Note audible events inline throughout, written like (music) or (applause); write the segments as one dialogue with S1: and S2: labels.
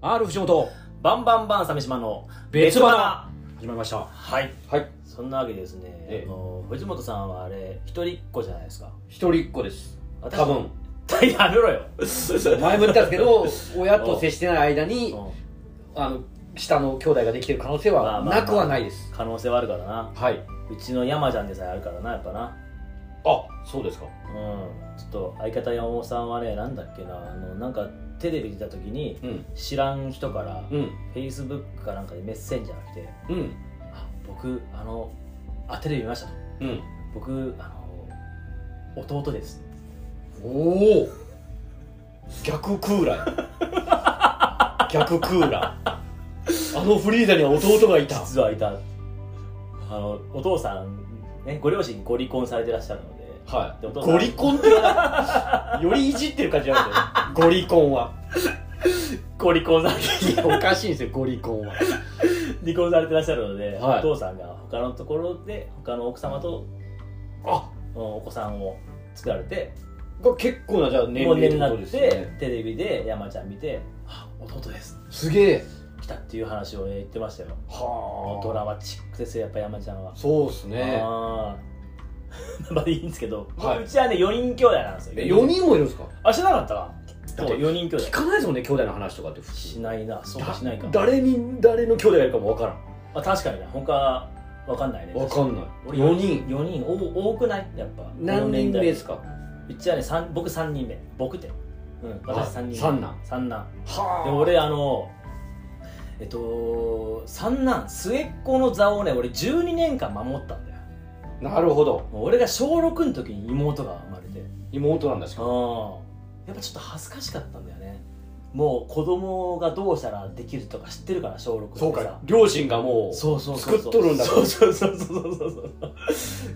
S1: R 藤本
S2: バンバンバン鮫島の
S1: 別
S2: 花
S1: 花始まりました
S2: はい
S3: はい
S2: そんなわけでですね、
S3: ええ
S2: あの藤本さんはあれ一人っ子じゃないですか
S3: 一人っ子です
S2: 私
S3: 多分
S2: やめろよ
S3: (laughs) 前も言ったんですけ (laughs) ど親と接してない間に
S2: うん
S3: あの下の兄弟ができてる可能性
S2: まあ
S3: は
S2: まあまあ
S3: なくはないです、
S2: 可能性はあるからな
S3: はい
S2: うんうちの山ちゃんでさえあるからなやっぱな
S3: あそうですか
S2: うんちょっと相方山本さんはねなんだっけなあのなんかテレビ出た時に
S3: うん
S2: 知らん人から、
S3: うん
S2: フェイスブックかなんかでメッセンジャーが来て
S3: うん
S2: 「あ僕あのあテレビ見ました」と
S3: うん
S2: 「僕あの弟です」
S3: おお逆クーラー (laughs) 逆クーラーあのフリーザには弟がいた
S2: 実はいたあのお父さん、ね、ご両親ご離婚されてらっしゃるので
S3: は
S2: で
S3: い
S2: お父さん
S3: ゴリコンって言わない (laughs) よりいじってる感じなんだよゴリコンは
S2: ご離婚され
S3: (laughs) いやおかしいんですよゴリコンは
S2: (laughs) 離婚されてらっしゃるので、
S3: はい
S2: お父さんが他のところで他の奥様と
S3: あ
S2: うんお子さんを作られて
S3: が結構なじゃあ年
S2: も
S3: 齢
S2: う年
S3: って
S2: にな
S3: こ
S2: っ
S3: と
S2: て
S3: ですよね
S2: テレビで山ちゃん見て「あ弟です
S3: すげえ」
S2: 来たっていう話をね言ってましたよ
S3: は
S2: ドラマチックですよやっぱ山ちゃんは
S3: そうですね
S2: あー (laughs) まあいいんですけど、
S3: はいう
S2: ちはね4人兄弟なんですよ
S3: え4人もいるんですか
S2: あ知らなかったか
S3: だ
S2: そ
S3: っ
S2: う
S3: て
S2: 4人兄弟
S3: 聞かないですもんね兄弟の話とかって普通
S2: しないなそうかしないか
S3: 誰に誰の兄弟がいるかもわから
S2: あ確かにな他わかんないね
S3: んわかんない
S2: 俺
S3: 4人
S2: 4人お多くないやっぱ
S3: 何人目ですか
S2: うちはね三僕3人目僕ってうん私3人目
S3: 三男
S2: 三男
S3: は
S2: で俺あのえっと三男末っ子の座をね俺12年間守ったんだよ
S3: なるほど
S2: もう俺が小6の時に妹が生まれて
S3: 妹なんだし
S2: う
S3: か
S2: んやっぱちょっと恥ずかしかったんだよねもう子供がどうしたらできるとか知ってるから小6ってさ
S3: そうか両親がもう
S2: そうそうそうそう
S3: 作っとるんだ
S2: そうそうそうそうそうそう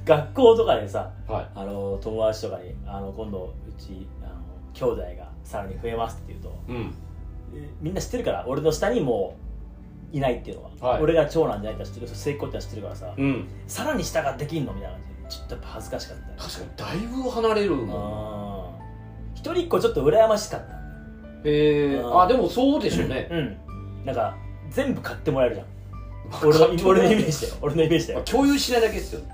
S2: 学校とかでさ
S3: はい
S2: あの友達とかにあの今度うちあの兄弟がさらに増えますって言うと
S3: うん
S2: えみんな知ってるから俺の下にもういないっていうのは、
S3: はい
S2: 俺が長男じゃないから知ってる末っ子ってのは知ってるからさ、
S3: うん
S2: さらに下ができんのみたいな感じでちょっとやっぱ恥ずかしかったよ
S3: 確かにだいぶ離れるもん
S2: あー一人っ子ちょっと羨ましかった
S3: へえ
S2: あー
S3: あでもそうでしょうね
S2: うんなんか全部買ってもらえるじゃん
S3: まあ
S2: (laughs) 俺
S3: 勝手に
S2: の俺のイメージだよ俺のイメージだ
S3: まあ
S2: よ
S3: 共有しないだけですよね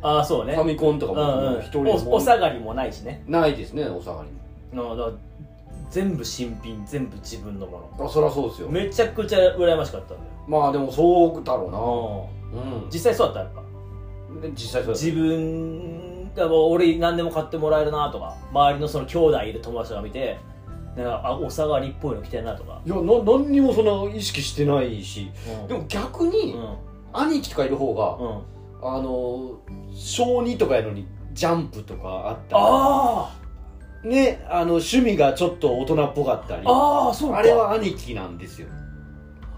S2: ああそう
S3: フ
S2: ね
S3: ァミコンとか
S2: う
S3: も
S2: ん
S3: も
S2: う
S3: うん一人で
S2: おお下がりもないしね
S3: ないですねお下がりも
S2: うんだから全部新品全部自分のも
S3: あそりゃそうです
S2: の
S3: よ
S2: めちゃくちゃ羨ましかったんだ
S3: まあでもそうだろ
S2: よ
S3: うなうん
S2: 実際そうだったやっぱ
S3: で実際そうだ
S2: 自分がもう俺何でも買ってもらえるなとか周りのその兄弟いる友達が見てなんかあお下がりっぽいの着てんなとか、
S3: いやな何にもそんな意識してないしで
S2: も
S3: も逆に、兄貴とかいる方が、
S2: うん、うん、
S3: あの小2とかやのにジャンプとかあった
S2: あ
S3: りねあの趣味がちょっと大人っぽかったり
S2: ーあーそうか
S3: あれは兄貴なんですよ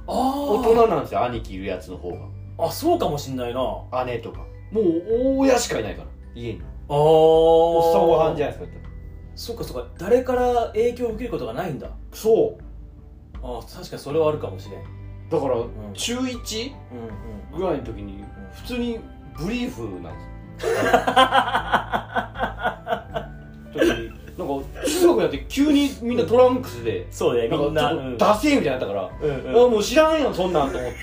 S2: あー
S3: 大人なんですよ兄貴いるやつの方
S2: あそうかもしんないなああ
S3: が姉とかもう大家しかいないから家に
S2: お
S3: おっさんおばはんじ
S2: ゃ
S3: ゃないですかだって
S2: そうかそうか誰から影響を受けることがないんだ
S3: そう
S2: ああ確かにそれはあるかもしれんう
S3: だから、
S2: ん
S3: 中1
S2: んうん
S3: ぐらいの時に普通にブリーフなんですよ
S2: (laughs)
S3: 時になんか中学になって急にみんなトランクスで
S2: そうだよみん
S3: な
S2: な
S3: んかちょっとダセーみたいになったから、
S2: うんうんうん
S3: あもう知らんやんそんなんと思って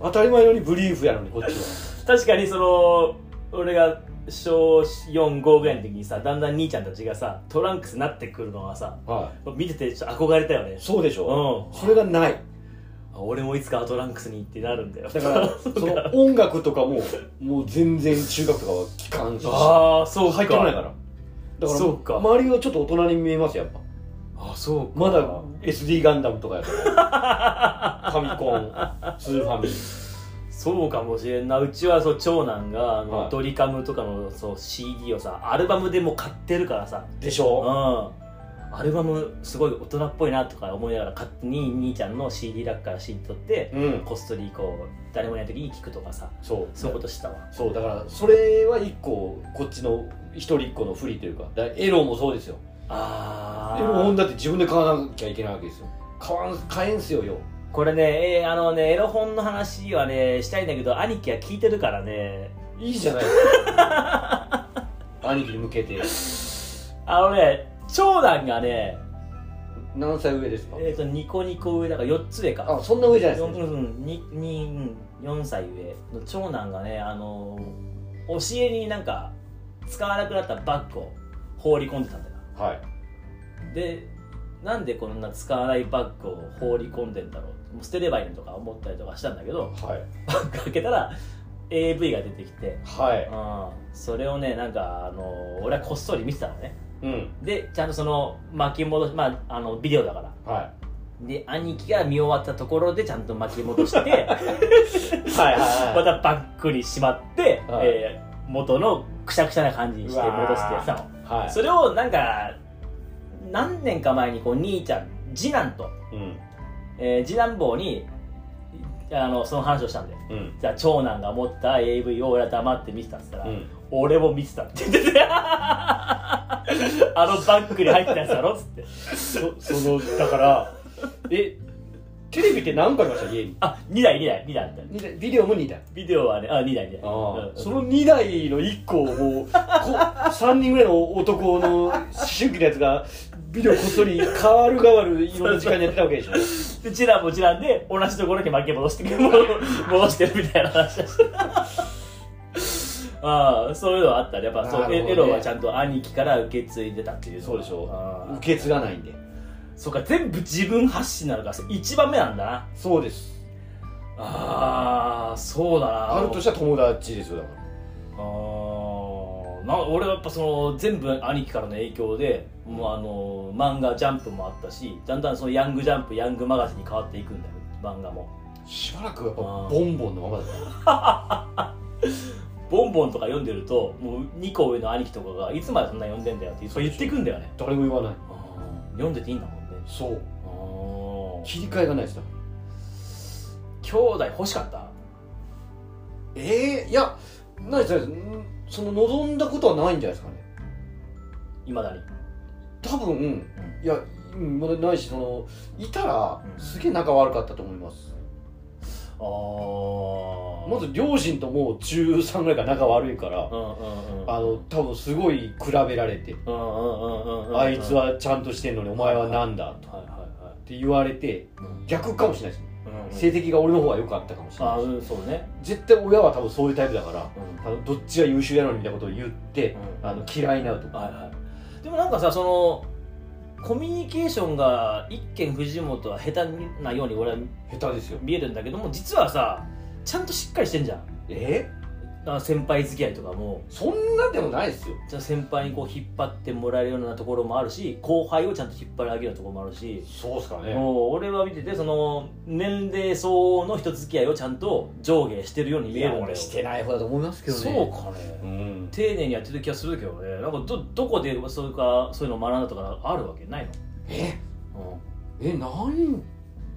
S3: 当たり前のようにブリーフやのにこっちは
S2: 確かにその俺が小45ぐらいの時にさだんだん兄ちゃんたちがさトランクスになってくるのがさ
S3: は
S2: 見ててちょっと憧れたよね
S3: いそうでしょ、
S2: う
S3: それがない
S2: んあ俺もいつかトランクスにってなるんだよ
S3: だからその音楽とかももう全然中学とかは聞かんし
S2: ああそうか
S3: 入ってこないからだから
S2: そうか
S3: 周りはちょっと大人に見えますよやっぱ
S2: あそうか
S3: まだ SD ガンダムとかやから (laughs) ファミコンスーファミ
S2: そうかもしれんなうちはそう長男があの、
S3: はい
S2: ドリカムとかのそう CD をさアルバムでも買ってるからさ
S3: でし
S2: うん
S3: ょ
S2: アルバムすごい大人っぽいなとか思いながら勝手に兄ちゃんの CD ラックから CD 取って
S3: うん
S2: こっそりこう誰もいない時に聞くとかさ
S3: そう
S2: そういうことしたわ
S3: そうだからそれは一個こっちの一人っ子の不利というかだからエロもそうですよ
S2: あ
S3: エロ本だって自分で買わなきゃいけないわけですよ買わん買えんすよよ
S2: これね、えーあのねエロ本の話はねしたいんだけど兄貴は聞いてるからね
S3: いいじゃないですか兄貴に向けて
S2: あのね長男がね
S3: 何歳上ですか
S2: えっ、とニコニコ上だから4つ上か
S3: あそんな上じゃないです
S2: 4,、うん、ににうん4歳上の長男がねあの教えになんか使わなくなったバッグを放り込んでたんだよ
S3: かはい
S2: でなんでこんな使わないバッグを放り込んでんだろうもう捨てればいいのとか思ったりとかしたんだけど (laughs)
S3: はい
S2: バッグ開けたら AV が出てきて、
S3: はい
S2: うん、それをねなんかあの俺はこっそり見てたのね
S3: うん
S2: でちゃんとその巻き戻しまああのビデオだから
S3: は
S2: で兄貴が見終わったところでちゃんと巻き
S3: (laughs)
S2: 戻して
S3: いはいはい
S2: またバッグにしまって、
S3: はい
S2: えー元のくしゃくしゃな感じにして戻してやってたの
S3: はい
S2: それをなんか何年か前にこう兄ちゃん次男と、
S3: うん
S2: えー次男坊にあのその話をしたんで
S3: うん
S2: じゃあ長男が持った AV を俺は黙って見てたっつったら、
S3: うん
S2: 俺も見てたって言っててあのバッグに入ってたやつだろっつって
S3: そそのだからえテレビって何個ありました家に
S2: あ2台2台2台あった
S3: 二台ビデオも2台
S2: ビデオはねあ2台2台
S3: あ
S2: うん
S3: その2台の1個をもうこ3人ぐらいの男の思春期のやつがビデオこっそり変わる変わるいろんな時間にやってたわけでしょ
S2: でチラもチラで同じところに負け戻してくる戻してるみたいな話だし (laughs) ああそういうのはあったねやっぱそう、
S3: なるほどね
S2: エロはちゃんと兄貴から受け継いでたっていうのが
S3: そうでしょ
S2: ああ
S3: 受け継がないんで
S2: そうか全部自分発信なのか一番目なんだな
S3: そうです
S2: ああそうだな
S3: あるとしたら友達ですよだか
S2: あーな俺はやっぱその全部兄貴からの影響で、もうあの漫画「ジャンプ」もあったしだんだんそのヤングジャンプヤングマガジンに変わっていくんだよ漫画も
S3: らしばらくやっぱ
S2: あー
S3: ボンボンのままだった
S2: ボンボンとか読んでるともう2個上の兄貴とかがいつまでそんな読んでんだよってそう言ってくんだよね
S3: 誰も言わない
S2: 読んでていいんだもんね
S3: そう
S2: あー
S3: 切り替えがないですだから
S2: 兄弟欲しかった
S3: えー、いやないですないですんその望んだことはないんじゃないですかね
S2: いまだに
S3: 多分、いやうんまだないしそのいたら
S2: うん
S3: すげえ仲悪かったと思います、
S2: ああ
S3: まず両親ともう13ぐらいから仲悪いから、
S2: うんうんうん
S3: あの多分すごい比べられて、
S2: うんうんうんうんうんうん
S3: あいつはちゃんとしてんのにお前はなんだっ
S2: はいはいはい
S3: て言われて
S2: うん
S3: 逆かもしれないです、ね
S2: うんうん
S3: 成績が俺の方が良かったかもしれな
S2: あ
S3: いし
S2: うんそうね
S3: 絶対親は多分そういうタイプだから
S2: うん
S3: あのどっちが優秀やのにみたいなことを言って、
S2: うん
S3: あの嫌いになるとか
S2: はいはい、でもなんかさそのコミュニケーションが一見藤本は下手なように俺は
S3: 下手ですよ
S2: 見えるんだけども実はさちゃんとしっかりしてんじゃん
S3: え
S2: だから先輩付き合いとかも
S3: そんなでもないですよ
S2: じゃあ先輩にこう引っ張ってもらえるようなところもあるし後輩をちゃんと引っ張り上げるところもあるし
S3: そうっすか
S2: もう俺は見ててその年齢相応の人付き合いをちゃんと上下してるように見
S3: い
S2: え
S3: や
S2: るんだよ
S3: 俺してない方だと思いますけどね
S2: そうかね、
S3: うん
S2: 丁寧にやってる気がするけどねなんかどどこでそういうかそういうのを学んだとかあるわけない
S3: え
S2: の、うん
S3: えないん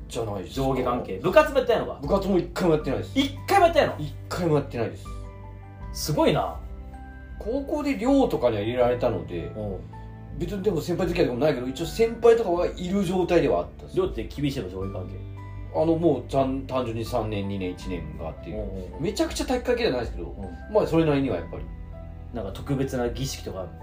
S3: じゃないですか
S2: 上下関係部活もやってないのか
S3: 部活も一回もやってないです
S2: 一回もやってないの
S3: 一回もやってないです
S2: すごいな
S3: 高校で寮とかには入れられたので
S2: うん
S3: 別にでも先輩付き合いとかもないけど一応先輩とかはいる状態ではあったんです
S2: 寮って厳しいの上下関
S3: あのもうちゃん単純に3年2年1年があって
S2: 係うん
S3: めちゃくちゃ体育会系じゃないですけど
S2: うん
S3: まあそれなりにはやっぱり
S2: なんか特別な儀式とかあるの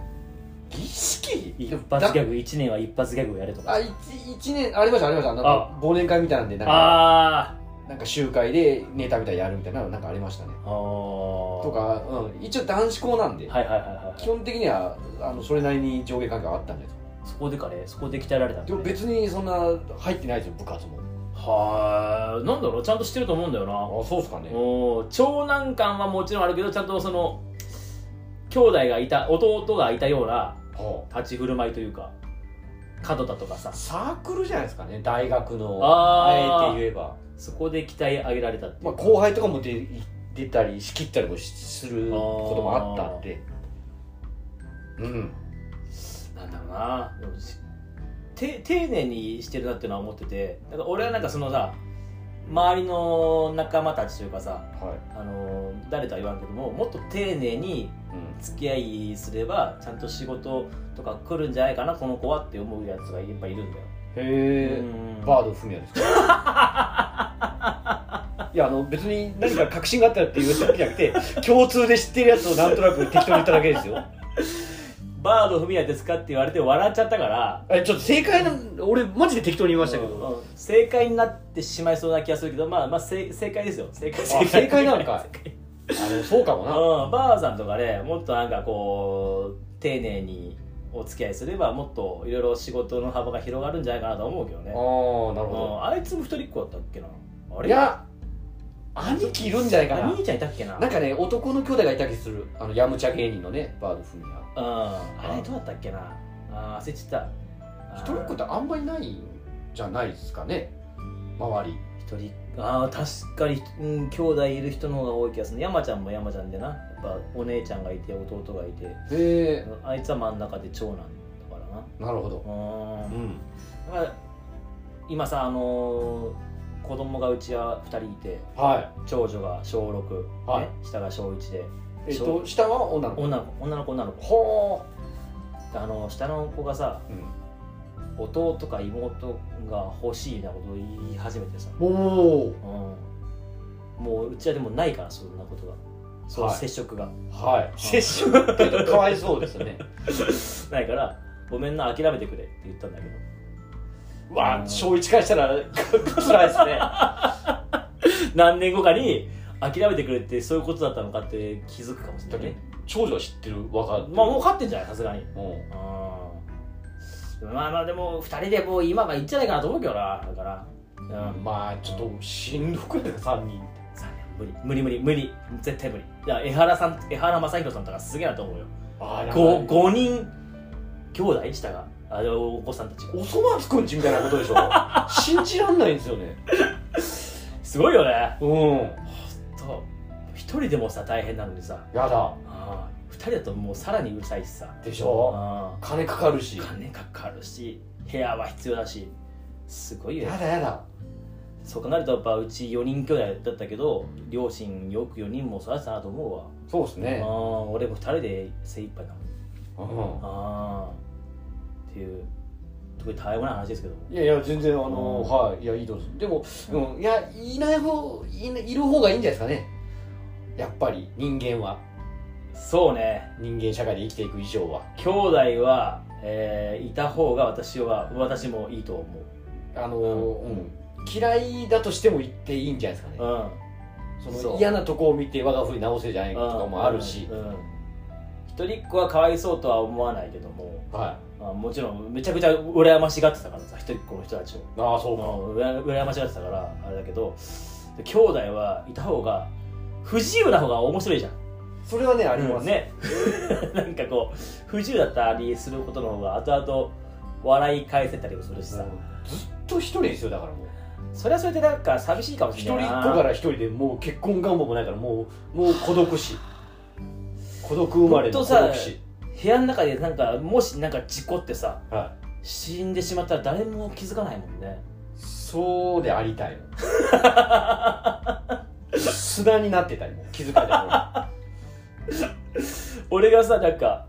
S3: 儀式
S2: 一発ギ
S3: だ
S2: ャグ1年は一発ギャグをやれとか
S3: あ一一年ありましたありましたなんか忘年会みたいなんでなんか
S2: あ
S3: なんか集会でネタみたいなのやるみたいなのなんかありましたね
S2: ーあー
S3: とか、うん、一応男子校なんで、
S2: はいはいはいはい
S3: 基本的にはあのそれなりに上下関係があったんですよ
S2: そこでかねそこで鍛えられたん
S3: で
S2: だ
S3: も
S2: ね
S3: 別にそんな入ってないですよ部活も
S2: はーいなんだろうちゃんとしてると思うんだよな
S3: あそうっすかね
S2: おー長男感はもちろんあるけどちゃんとその兄弟がいた弟がいたような
S3: は
S2: 立ち振る舞いというか角田とかさ
S3: あサークルじゃないですかね大学のあ
S2: あー
S3: えて言えば、
S2: そこで鍛え上げられたっていう
S3: まあ、後輩とかも出出たり仕切ったりもしすることもあったんでうん
S2: なんだろうなでもて丁寧にしてるなっていうのは思っててだから俺はなんかそのさ周りの仲間たちというかさ
S3: はい、
S2: あのー誰とは言わんけどももっと丁寧に
S3: うん、
S2: 付き合いすればちゃんと仕事とか来るんじゃないかなこの子はって思うやつがいっぱいいるんだよ、
S3: へえ、
S2: うん
S3: バードフミヤですかいやあの別に何か確信があったっていうわけじゃなくて共通で知ってるやつをなんとなく適当に言っただけですよ
S2: バードフミヤですか?」って言われて笑っちゃったから、
S3: えちょっと正解の俺マジで適当に言いましたけ
S2: う
S3: ど
S2: ん正解になってしまいそうな気がするけどまあまあ正正解ですよ (laughs) 正解
S3: あ正解なんかい (laughs) あのそうかも
S2: うん、
S3: な
S2: バーさんとかねもっとなんかこう丁寧にお付き合いすればもっといろいろ仕事の幅が広がるんじゃないかなと思うけどね
S3: あーなる
S2: う
S3: ほ
S2: んあいつも一人っ子だったっけなあ
S3: ど
S2: れ
S3: いや兄貴いるんじゃないかな
S2: 兄ちゃんいたっけな
S3: なんかね男の兄弟がいたりするあのヤムチャ芸人のねバードフミヤ
S2: うんあれどうだったっけなあー焦っちゃったあー
S3: 一人っ子ってあんまりないんじゃないですかね周り
S2: 一人ああ確かに、うん、兄弟いる人の方が多い気がする山ちゃんも山ちゃんでなやっぱお姉ちゃんがいて弟がいて
S3: へ
S2: あいつは真ん中で長男だからな
S3: えなるほどう
S2: う
S3: んん
S2: だから今さあのー子供がうちは2人いて
S3: は
S2: 長女が小6、
S3: はい
S2: ね、下が小1で
S3: いえっ
S2: そ
S3: と下は女の子
S2: 女の子女の子女の子
S3: ほ
S2: あの下の子がさ
S3: ーうん
S2: 弟か妹が欲しいみたいなことを言い始めてさ、
S3: お
S2: うん、もううちはでもないからそんなことがそう、
S3: はい
S2: 接触が (laughs)
S3: ーはい
S2: 接
S3: 触かわいそうです (laughs) ね
S2: ないからごめんな諦めてくれって言ったんだけど
S3: わ
S2: う
S3: あ
S2: ん
S3: 小一からしたら辛いですね
S2: 何年後かに諦めてくれってそういうことだったのかって気づくかもしれ
S3: だ
S2: ない
S3: けど
S2: ね
S3: 長女は知ってる分かる
S2: まあもう勝ってんじゃないさすがに
S3: うん
S2: うんまあまあでも2人でもう今がいいんじゃないかなと思うけどなだからうん、
S3: まあちょっとしんどくない3人
S2: さ無理無理無理無理絶対無理いや江原さん江原正宏さんとかすげえなと思うよ
S3: ああ
S2: 5, 五人兄弟下があのお子さんたちが
S3: おそ松くんちみたいなことでしょ (laughs) 信じらんないんですよね
S2: すごいよね
S3: うん
S2: と1人でもさ大変なのにさ
S3: やだ
S2: あ2人だともうさらにうるさいしさ
S3: でしょ
S2: あ
S3: 金かかるし
S2: 金かかるし部屋は必要だしすごいよね
S3: やだやだ
S2: そう考えるとやっぱうち4人兄弟だったけど両親よく4人も育てたなと思うわ、
S3: そうですね
S2: ああ俺も2人で精一杯なの
S3: うん
S2: ああっていう特に大変な話ですけども
S3: いやいや全然あの
S2: うん
S3: はいいやいいと思いますでも、うん、いやいない方いないる方がいいんじゃないですかねやっぱり人間は
S2: そうね
S3: 人間社会で生きていく以上は
S2: 兄弟は、えーいた方が私は私もいいと思
S3: あの
S2: う
S3: うん、嫌いだとしても言っていいんじゃないです
S2: う
S3: か
S2: う
S3: ね
S2: ん
S3: そ
S2: そう
S3: の嫌なとこを見て我が風に直せじゃないかとかもあるし
S2: う、んうん一人っ子はかわいそうとは思わないけども、
S3: は
S2: まあ、もちろんめちゃくちゃ羨ましがってたからさ一人っ子の人たちを
S3: いああそうか
S2: うら羨ましがってたからあれだけど兄弟はいた方が不自由な方が面白いじゃん
S3: それはねあります、
S2: ね (laughs) なんかこう不自由だったりすることの方が後々笑い返せたりもするし
S3: うんず
S2: さ
S3: っ、と一人ですよだからもう
S2: それはそれでなんか寂しいかも
S3: 一
S2: し
S3: 人
S2: れ
S3: っ
S2: な
S3: 子
S2: いな
S3: から一人でもう結婚願望もないからもうもう孤独死孤独生まれの孤独
S2: ほん
S3: 死
S2: 部屋の中でなんかもしなんか事故ってさ
S3: は
S2: 死んでしまったら誰も気づかないもんね
S3: いそうでありたいの砂になってたりも気づかない
S2: 俺がさなんか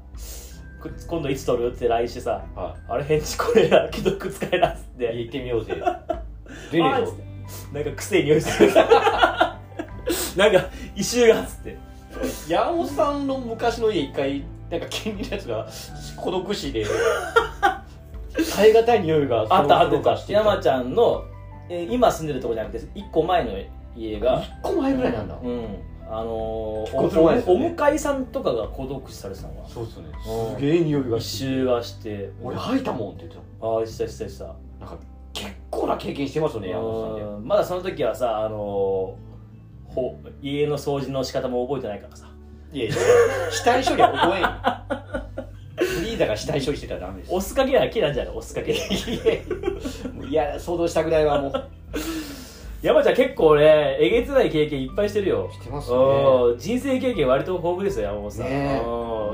S2: こ今度いつ撮るって LINE してさ
S3: もは
S2: あれ返事これや既読使えなっつって
S3: い行ってみようぜ出ねえぞ
S2: なんか臭い匂いするなんか異臭がっつって
S3: 山本さんの昔の家一回なんか気に入ったやつが孤独死で (laughs) 耐え難い匂いが
S2: あったあった
S3: か
S2: あった山ちゃんの、えー今住んでるとこじゃなくて1個前の家が
S3: 1個前ぐらいなんだ、
S2: うんあのー
S3: 結構する前ですよ
S2: お
S3: ね
S2: お迎えさんとかが孤独死されてたのか
S3: そうっすよね
S2: うん
S3: すげえ匂い
S2: な
S3: が
S2: 異
S3: して
S2: 臭がして
S3: 俺
S2: あ
S3: 吐いたもんって言ってた
S2: あしたしたした
S3: なんか結構な経験してますよね山本さんっ
S2: うんまだその時はさあのーほ家の掃除の仕方も覚えてないからさ
S3: ていやいや死体処理は覚えんよフリーザが死体処理してたらダメです
S2: 押すかけなら嫌いなんじゃない押すかけ (laughs)
S3: もういや想像したぐらいはもう
S2: 山ちゃん結構ねえげつない経験いっぱいしてるよ
S3: してますね
S2: うん人生経験割と豊富ですよ山本さん、
S3: ねえ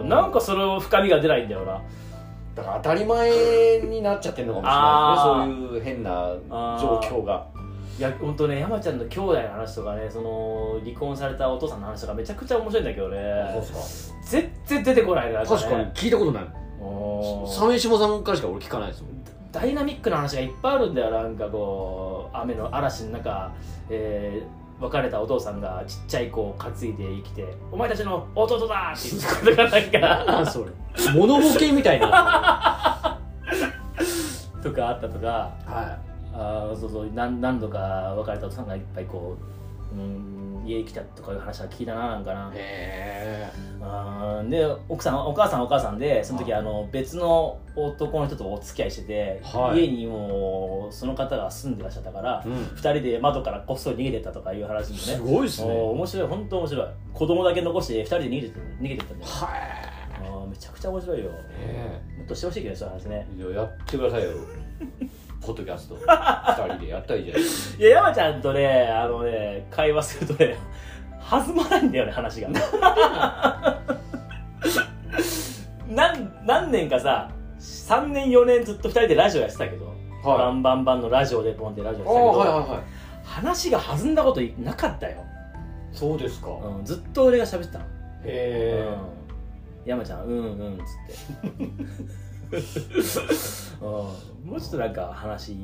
S2: うんなんかその深みが出ないんだよな
S3: だから当たり前になっちゃってるのかもしれないですねそういう変な状況が
S2: いや本当ね山ちゃんの兄弟の話とかねその離婚されたお父さんの話とかめちゃくちゃ面白いんだけどね
S3: す
S2: 全然出てこないねなんね
S3: 聞いたことない
S2: うん
S3: 江島さんからしか俺聞かないですもん
S2: ダイナミックな話がいっぱいあるんだよなんかこう雨の嵐の中、えー別れたお父さんがちっちゃい子を担いで生きて「お前たちの弟だ!」って言ってたから (laughs) なんか
S1: あそれ物ボケみたい
S2: (laughs)
S1: な
S2: とかあったとか
S1: は
S2: あーそうそう何何度か別れたお父さんがいっぱいこう、うん、家来たとかいう話は聞いたななんかない
S1: へ
S2: あーで奥さんお母さんはお母さんでその時
S1: は
S2: あの別の男の人とお付き合いしてて、
S1: はい
S2: 家にもうその方が住んでらっしゃったから、
S1: え、うん、
S2: 二人で窓からこっそり逃げてったとかいう話も
S1: す
S2: ね
S1: ごいです
S2: もう
S1: ね
S2: 面白い本当面白い子供だけ残して二人で逃げてった逃げてったんだよ
S1: は
S2: あーめちゃくちゃ面白いよ
S3: え
S2: もっとしてほしいけどそういう話ね
S3: いややってください
S2: (laughs)
S3: よポッドキャスト二人でやったらいいじゃないです
S2: いや山ちゃんとねあのね会話するとね弾まないんだよね話がなん何年かさ3年4年ずっと2人でラジオやってたけど、
S3: かは
S2: バ
S3: い
S2: ンバンバンのラジオでポンってラジオや
S3: あ
S2: っ
S3: あ
S2: てたけど、
S3: はいはいはい
S2: 話が弾んだことなかったよ、
S3: そうですか、へ
S2: うん、ずっと俺が喋ってたの
S3: え
S2: うん山ちゃんうんうんっつ
S3: (laughs)
S2: って、うん、もうちょっとなんか話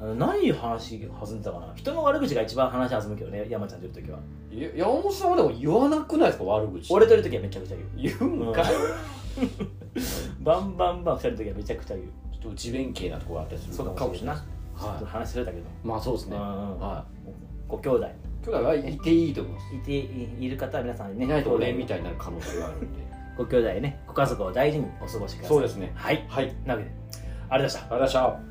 S2: あの何話弾んでたかな人の悪口が一番話弾むけどね山ちゃんといる時はい
S3: や山本さんはでも言わなくないですか悪口
S2: 俺といる時はめちゃくちゃ言う
S3: 言うんかい、
S2: (laughs) バンバンバン二人の時はめちゃくちゃ言う
S3: ちょっと内弁慶なところあったりする
S2: そうかもしれない
S3: です
S2: ちょっと
S1: は
S2: 話それたけど、
S1: いまあそうですね
S2: うんうん
S3: は
S2: ご兄弟
S3: い兄弟は言っていいと思います
S2: いていいる方は皆さんね
S3: いないと俺みたいになる可能性があるんで
S2: ご兄弟ねご家族を大事にお過ごしください
S3: そうですね
S2: はい
S3: はいありがとう
S2: なわけでありがとうございました
S3: ございました